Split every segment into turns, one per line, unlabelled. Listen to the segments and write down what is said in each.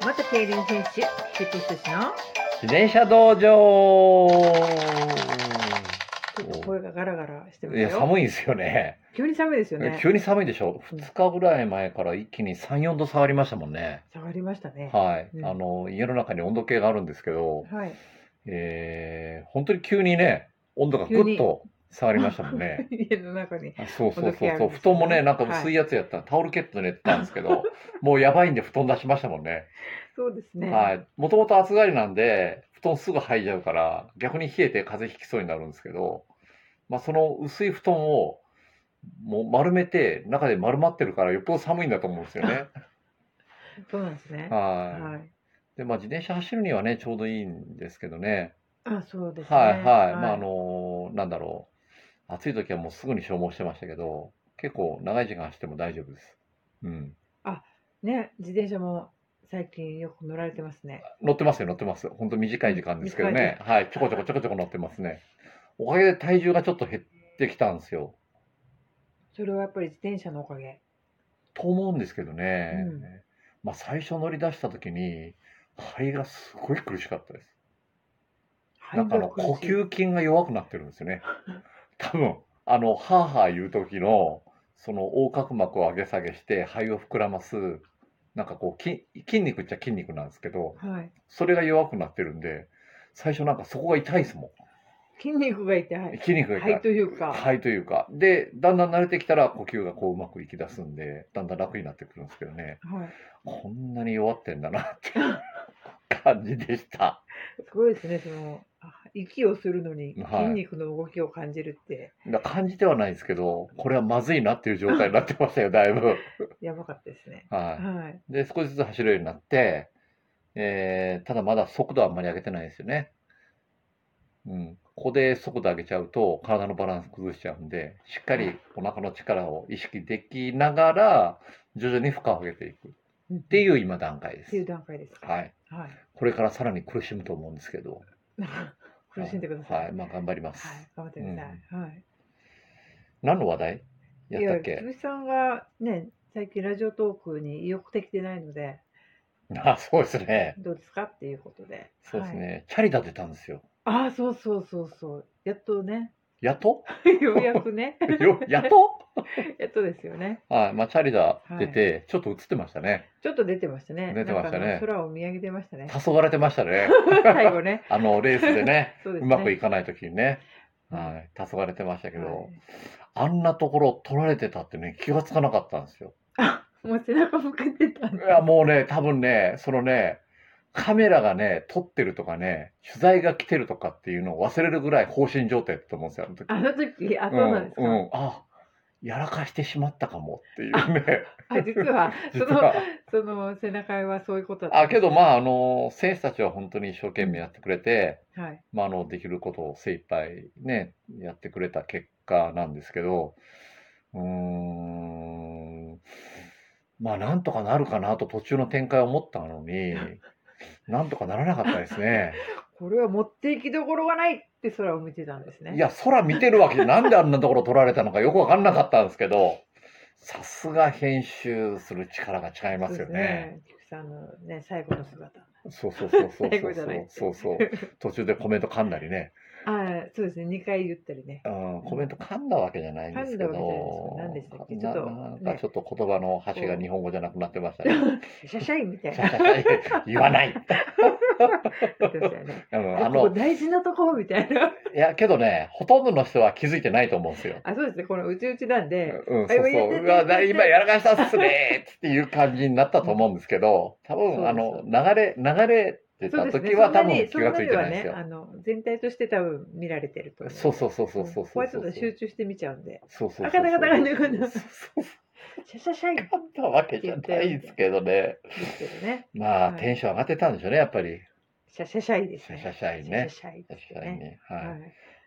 元競輪選手、菊池寿司の、
自転車道場
ちょっと声がガラガラしてます
いや
よ。
寒いですよね
急に寒いですよね。
急に寒いでしょ
うん
2日ぐらい前から一気に34度下がりましたもんね
下がりましたね。
はい、
うん
あの家の中に温度計があるんですけど、
はい。
えー、本当に急にね温度がぐっと下がりましたも んね
家の中に。
あそうそう
温度
そ
計
う
あ
そ
る
うん
ですね
布団もねなんか薄いやつやったらタオルケットで寝てたんです けどもうやばいんで布団出しましたもんね
そうですね。
はいもともと暑がりなんで布団すぐ入っちゃうから逆に冷えて風邪ひきそうになるんですけど、まあ、その薄い布団をもう丸めて中で丸まってるからよっぽど寒いんだと思うんですよ ね
そうなんですね。
は
はい。
いでまあ自転車走るにはねちょうどいいんですけどね
あ、そうですね。
はいはい、まああのーなんだろう暑い時はもうすぐに消耗してましたけど結構長い時間走っても大丈夫ですうん
ね、自転車も最近よく乗られてますね。
乗ってますよ乗ってます本当短い時間ですけど
短い
ねはいちょこちょこちょこちょこ乗ってますねおかげで体重がちょっと減ってきたんですよ
それはやっぱり自転車のおかげ。
と思うんですけどね、
うん
まあ最初乗り出した時に肺がすごい苦しかったですなんかあの呼吸筋が弱くなってるんです よね。多分あのハーハー言う時のその横隔膜を上げ下げして肺を膨らますなんかこう筋筋肉っちゃ筋肉なんですけど
はい。
それが弱くなってるんで最初なんかそこが痛いですも
筋肉が痛
ん
い。
筋肉が痛い
肺というか。
肺というかでだんだん慣れてきたら呼吸がこううまくいきだすんでだんだん楽になってくるんですけどね
はい。
こんなに弱ってんだなっていう感じでした。
すごいですね。そのあ息をするのに
はい
筋肉の動きを感じるって
だ感じてはないですけど、これはまずいなっていう状態になってましたよ、だいぶ。
やばかったですね。
は
はい。
い。で、少しずつ走るようになって、えーただまだ速度はあんまり上げてないですよね。うん。ここで速度上げちゃうと、体のバランス崩しちゃうんで、しっかりお腹の力を意識できながら、徐々に負荷を上げていくっ
って
いうう今段階で
っていう
す。
段階ですか。
はい。
はい。
これからさらに苦しむと思うんですけど。
苦しんでください。
はい。まあ頑張ります。
はい。頑張ってください。はい。
何の話題や
い
った
や、
っけ
菊池さんがね、最近ラジオトークに意欲的でないので、
あ、そうですね。
どうですかっていうことで。
そうです
はい。
ね、チャリ立てたんですよ。
ああ、そうそうそうそう。やっと ね、
や っと
ようやくね、
よやっと
やっとですよね。
はい、まあ、チャリ立てて、ちょっと映ってましたね。
ちょっと出てましたね。
出てましたね
なんかあの空を見上げてま したね。
黄昏れてまし たね。
最後ね。
あの、レースでね、
そうです
う
ね。
まくいかない時にね。
うん
はい、黄昏れてましたけど、
はい
あんなところ取られてたってね、気がつかなかったんですよ。
あ、もう背中向けてたん
い
だ。
や、もうね、多分ね、そのね、カメラがね、撮ってるとかね、取材が来てるとかっていうのを忘れるぐらい放心状態だったと思うんですよ、あの時。
あの時、あ、そうなんですか。
うん、うん、あ、やらかしてしまったかもっていうね。
あ、実は、そ
実
の、
は
その背中絵はそういうことだった
あけど、まあ、あの選手たちは本当に一生懸命やってくれて、
あ、はい。
まあ、あのできることを精一杯ねやってくれた結果なんですけどうーんまあなんとかなるかなと途中の展開を思ったの になんとかならなかったですね。
これは持って行きどころがないって空を見てたんですね。
いや空見てるわけでなんであんなところ取られたのかよく分かんなかったんですけどさすが編集する力が違いますよね。
そうですね。菊池さんのね、最後の姿。
そうそうそうそう
最
そ
後
う
じゃ
そ
な
う
い
そうそう途中でコメント噛んだりね。
あそうですね、2回言ったりね。
うんコメント噛んだわけじゃないんですけ
噛んだわけ
ど、
じゃないですよ何でしたっけ
な
ちょっと
なんかちょっと言葉の端が日本語じゃなくなってました
シ
ね。
ャシャシャイみたいな。
言わない、
言ってましたよね。
うん、
こ
あ
こ
の
大事なとこみたいな。
いやけどねほとんどの人は気づいてないと思うんですよ。
あ、そうですね、このうちうちなんで、
うん、そ
あ今
う
言っ
そ
て
うう
言
わ
って
な
言って
今やらかしたっすねーっていう感じになったと思うんですけど多
そう
分
です
あの流れ流れて
そ
た
うですね、
時は
そんな
多
に
分気がついてないです
そん
よ
な。にはね、あの全体として多分見られてると思
そうそうそうそうそうそう
ここはちょっと集中して見ちゃうんで、
そうそうそうそう
あかなかなかなかな
そうそう
シャシャシャイって
噛んだわけじゃないですけどね。
言ってるね。
まあ
はい
テンション上がってたんでしょうねやっぱり。
シャシャシャイです
シャ
ね。
シャシャイね
シャシャシャイです
確かにね。はい。
はい。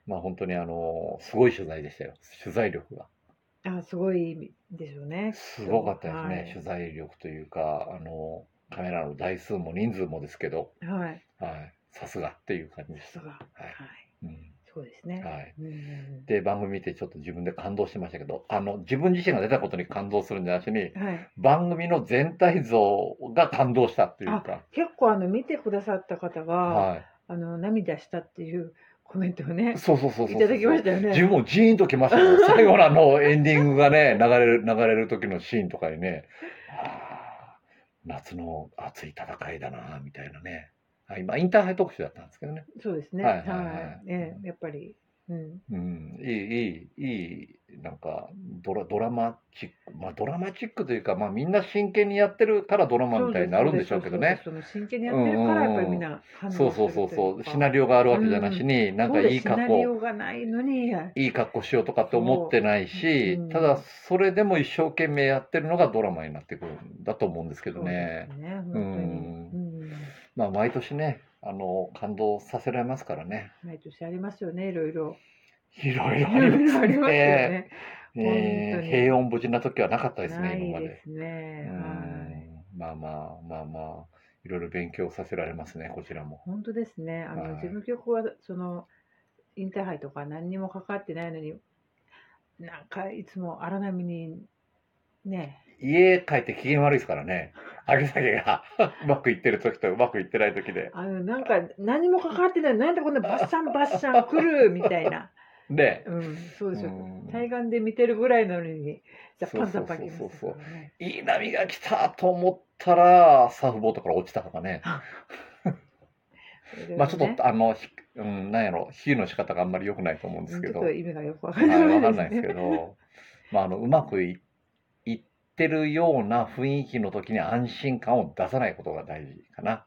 まあ本当にあのすごい取材でしたよ。取材力が。
あ、すごいでしょうね。
すごかったですね。
はい
取材力というか、あのカメラの台数も人数もですけど、
はい。
はい。さすがっていう感じでし
さす
た。
が。はい。
うん。
すそうですね。
はい
うんうん
で番組見てちょっと自分で感動してましたけどあの自分自身が出たことに感動するんじゃなしに
うんはい、
番組の全体像が感動したっていうか、
結構あの見てくださった方が、
は
あの涙したっていうコメントをね
い、そうそうそうそう
いただきましたよ
自
ね。
分もジーンときました ね最後のあのエンディングがね流れる流れる時のシーンとかにねあー夏の熱い戦いだなみたいなねはいまあインターハイ特集だったんですけどね
そうですね。
は
はいい、
はいはい
ね、やっぱり、うん、
うんいいいいいいなんかドラドラマチックまあドラマチックというかまあみんな真剣にやってるからドラマみたいになるんでしょうけどね
そです。そうですその真剣にやってるから、やっぱりみんな反応す
そ
る
うそうそうそうシナ
リ
リオがあるわけじゃなしに、なんかいい
シ
格
ナリ
好
オがないのに、
いい格好しようとかって思ってないし、
そううん
ただそれでも一生懸命やってるのがドラマになってくるんだと思うんですけどね
そうですね本
う
当に
ん、
うん、
まあ毎年ねあの感動させられますからね
毎年ありますよね、いろいろ。
いろい
い
ろあります
ろいろありますよ
ね
ね。
ね
本当に
平穏無事な時はなかったです
な
ね
い
今まで
ですね。はい。
うんまあまあまあまあいろいろ勉強させられますねこちらも
本当ですね。あの、
はい
事務局はそのインターハイとか何にもかかってないのに、なんかいつも荒波にね、
家帰って機嫌悪いですから ね上げ下げがうまくいってる時とうまくいってない時で
あのなんか何もかかってない、なんでこんなバッシャンバッシャン来るみたいな、
で
うん、そうですよ
うん。
対岸で見てるぐらいなのに、ザッパン
そ
ザ
う
ッ
そ
パ
う
ン
そう
来ました
そう
からね。
いい波が来たと思ったら、サーフボードから落ちたとかね。まあちょっと、あの、ひうん、なんやろ、比喩の仕方があんまり良くないと思うん
と
ですけど、
ちょっ
は
と
い、
意味がよくわかんない
わかんないですけど、まああの、うまくいいってるような雰囲気の時に安心感を出さないことが大事かな。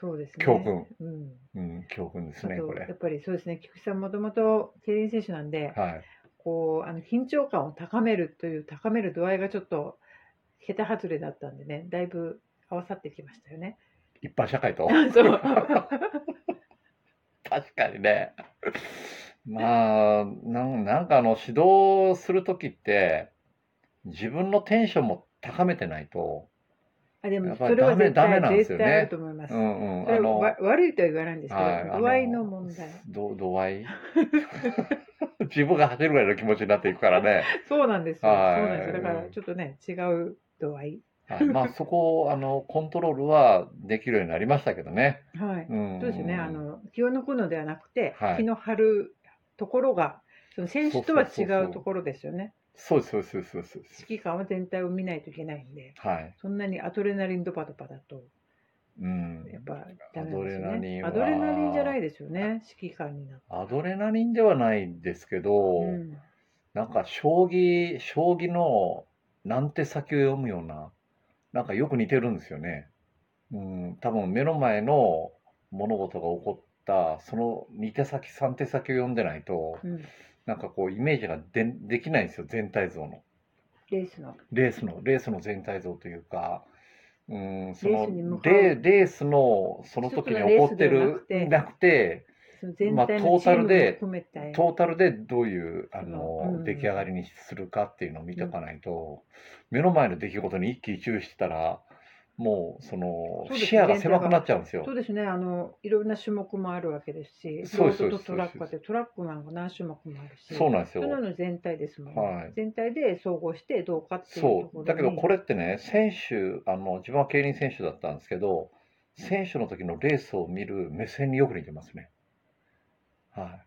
そうですね。
教訓。
うん。
うん、教訓ですね、
あと
こ
や
れ。
っぱりそうですね、菊池さんもともと競輪選手なんで、
はい。
こうあの緊張感を高めるという高める度合いがちょっと桁外れだったんでねだいぶ合わさってきましたよ ね。
一般社 会と。
そう
確かにね。まあなん、なんかあの、指導する時って、自分のテンションも高めてないと、
あで
や
も
っぱ
そ
り
れは絶
ダ
対、
メダメなんですよ
絶
ね
対あると思います。
うんうん、
それはわ悪いとは言わないんですけど、
はいあの
度合いの問 題。
ど度 合い自分が走るぐらいの気持ちになっていくからね、
そうなんですよ。そう
はい
なんですよ。だから
うん
ちょっとね違う度合い。
はい、 まあそこをあのコントロールはできるようになりましたけどね、
はい。
うん、
そうですね。あの気を抜くのではなくて、
はい
気の張るところがその選手とは
そ
違
うそうそうそう
うところですよね。
そうですそうですそうですそうです
指揮官は全体を見ないといけないんで、
はい、
そんなにアドレナリンドバドバだと。
うん、
やっぱダメなんです
アドレナリン
ね。
は
アドレナリンじゃないですよね。指揮官になって。
アドレナリンではないんですけど、
うん
なんか将棋将棋のなんて先を読むようななんかよく似てるんですよね。うん、多分目の前の物事が起こったその二手先三手先を読んでないと
うん。
なんかこうイメージがでできないんですよ全体像の
レースの。
レースのレースの全体像というかうんそ
レースに
の
向かう
レーレースのその時に起こって
一
る
つのレースでは
な
な
くて
その全体
まあト
の
ー
チ
タ
ーム
ル
も
で
含めて。
トータルでどういうあの、
うん
出来上がりにするかっていうのを見ておかないと、目の前の出来事に一喜一憂してたらもうその
そうですね
視野が狭くなっちゃうんですよ
そう。ですね。あのいろんな種目もあるわけですし、
そうです
ロード
そうです
とトラックでトラックなんか何種目もあるし。
そう
な
なんですよ。
の全体ですもんね。
はい
全体で総合してどうかっていうと
そ
ころ
う
に。
だけどこれってね選手あの自分は競輪選手だったんですけど選手の時のレースを見る目線によく似てますね、は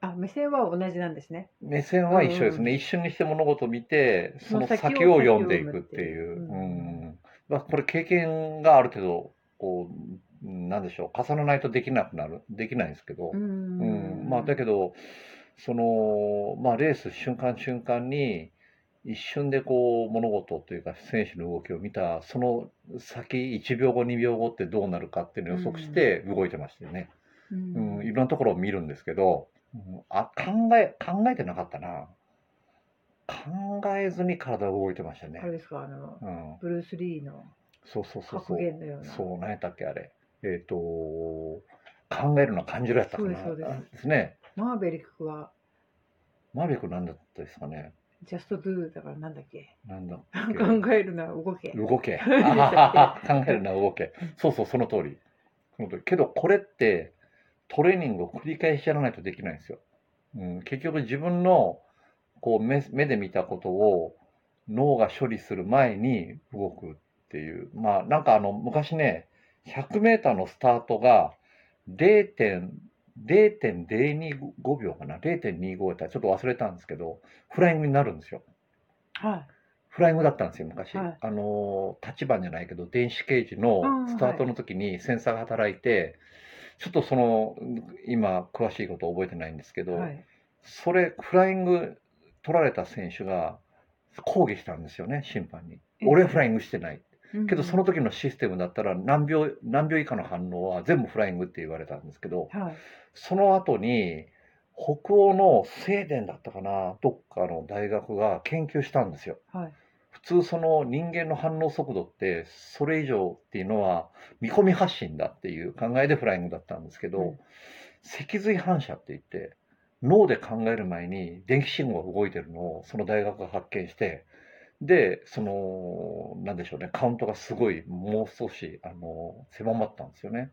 あ目線は同じなんですね。
い、目線は一緒ですね、
うん
一瞬にして物事を見てそ
そ
の
の先を
先を読んでいくっていう、
先を読むっていううんん
まあ、これ経験がある程度こううんなんでしょう重ならないとできなくなるできないんですけど、
う
うん
ん。
まあ、だけどその、まあ、レース瞬間瞬間に一瞬でこう物事というか選手の動きを見たその先1秒後2秒後ってどうなるかっていうのを予測して動いてましたよね、
う
うんんいろんなところを見るんですけど、うんあ考え考えてなかったな考えずに体動いてましたね
あ、れですかあの
うん、
ブルースリーの
そうそうそう
格
そう
言のような。
そう、何やったっけ、あれ。えっ、と、考えるのは感じるやつだったかな。
そうですそう
ですね。
マーベリックは
マーベリックなんだったですかね。
ジャストドゥだからなんだっけ
なんだっ
考えるな動け
け。動け。あ
でしたっけ
はは考えるのは動け。そうそう、その通り。その通り。けど、これって、トレーニングを繰り返しやらないとできないんですよ。うん、結局自分のこう目目で見たことを脳が処理する前に動くっていう。まあなんかあの昔ね、100メーターのスタートが0.0.025 0.025秒かな ?0.25 やったらちょっと忘れたんですけど、フライングになるんですよ。
はい。
フライングだったんですよ、昔。
はい
あのー、立場じゃないけど、電子刑事の
うん
スタートの時にセンサーが働いて、ちょっとその、今、詳しいこと覚えてないんですけど、
はい。
それ、フライング取られた選手が抗議したんですよね、審判に。
え
俺はフライングしてない。
うん
けど、その時のシステムだったら何秒、何秒以下の反応は全部フライングって言われたんですけど、
はい。
その後に、北欧のスウェーデンだったかな、どっかの大学が研究したんですよ。
はい。
普通その人間の反応速度ってそれ以上っていうのは見込み発信だっていう考えでフライングだったんですけど、
うん
脊髄反射って言って脳で考える前に電気信号が動いてるのをその大学が発見してでそのなんでしょうねカウントがすごいもう少しあの狭まったんですよね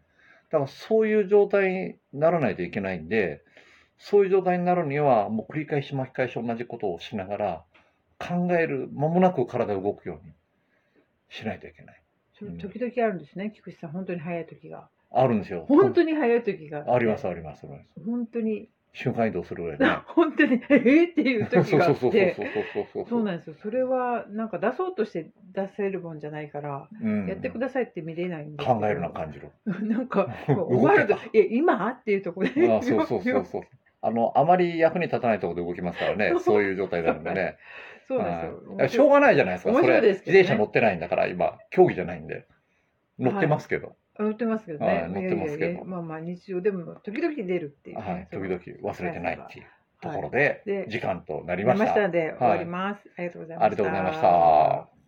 だからそういう状態にならないといけないんでそういう状態になるにはもう繰り返し巻き返し同じことをしながら考える間もなく体が動くようにしないといけない
そうれ
ん
時々あるんですね、菊池さん、本当に早い時が。
あるんですよ
本当に早い時が。
あります。ありますあります
本当に、
瞬間移動するぐらいね
本当に、えーっていう時があ
そうそうそうそうそうそう
って。
そう
そうなんですよ。それは、なんか出そうとして出せるもんじゃないから、
うん
やってくださいって見れないんですけど
考えるな感じる
なんか、
動け
終わると、いや、今っていうところで。
ああそうそうそうそうあのあまり役に立たないところで動きますからねそういう状態なので ね
そうなんですよ。
はいしょうがないじゃないですか
面白い
それ
ですけどね
自転車乗ってないんだから今競技じゃないんで乗ってますけど、
あ乗ってますけど
は
ね。
い乗ってますけど
いやいやいやまあまあ日常でも時々出るっていうね、
はい時々忘れてないっていうところで、
で
時間となり
出
ま
ま
した
したので終わります、ありがとうございました。
ありがとうございました。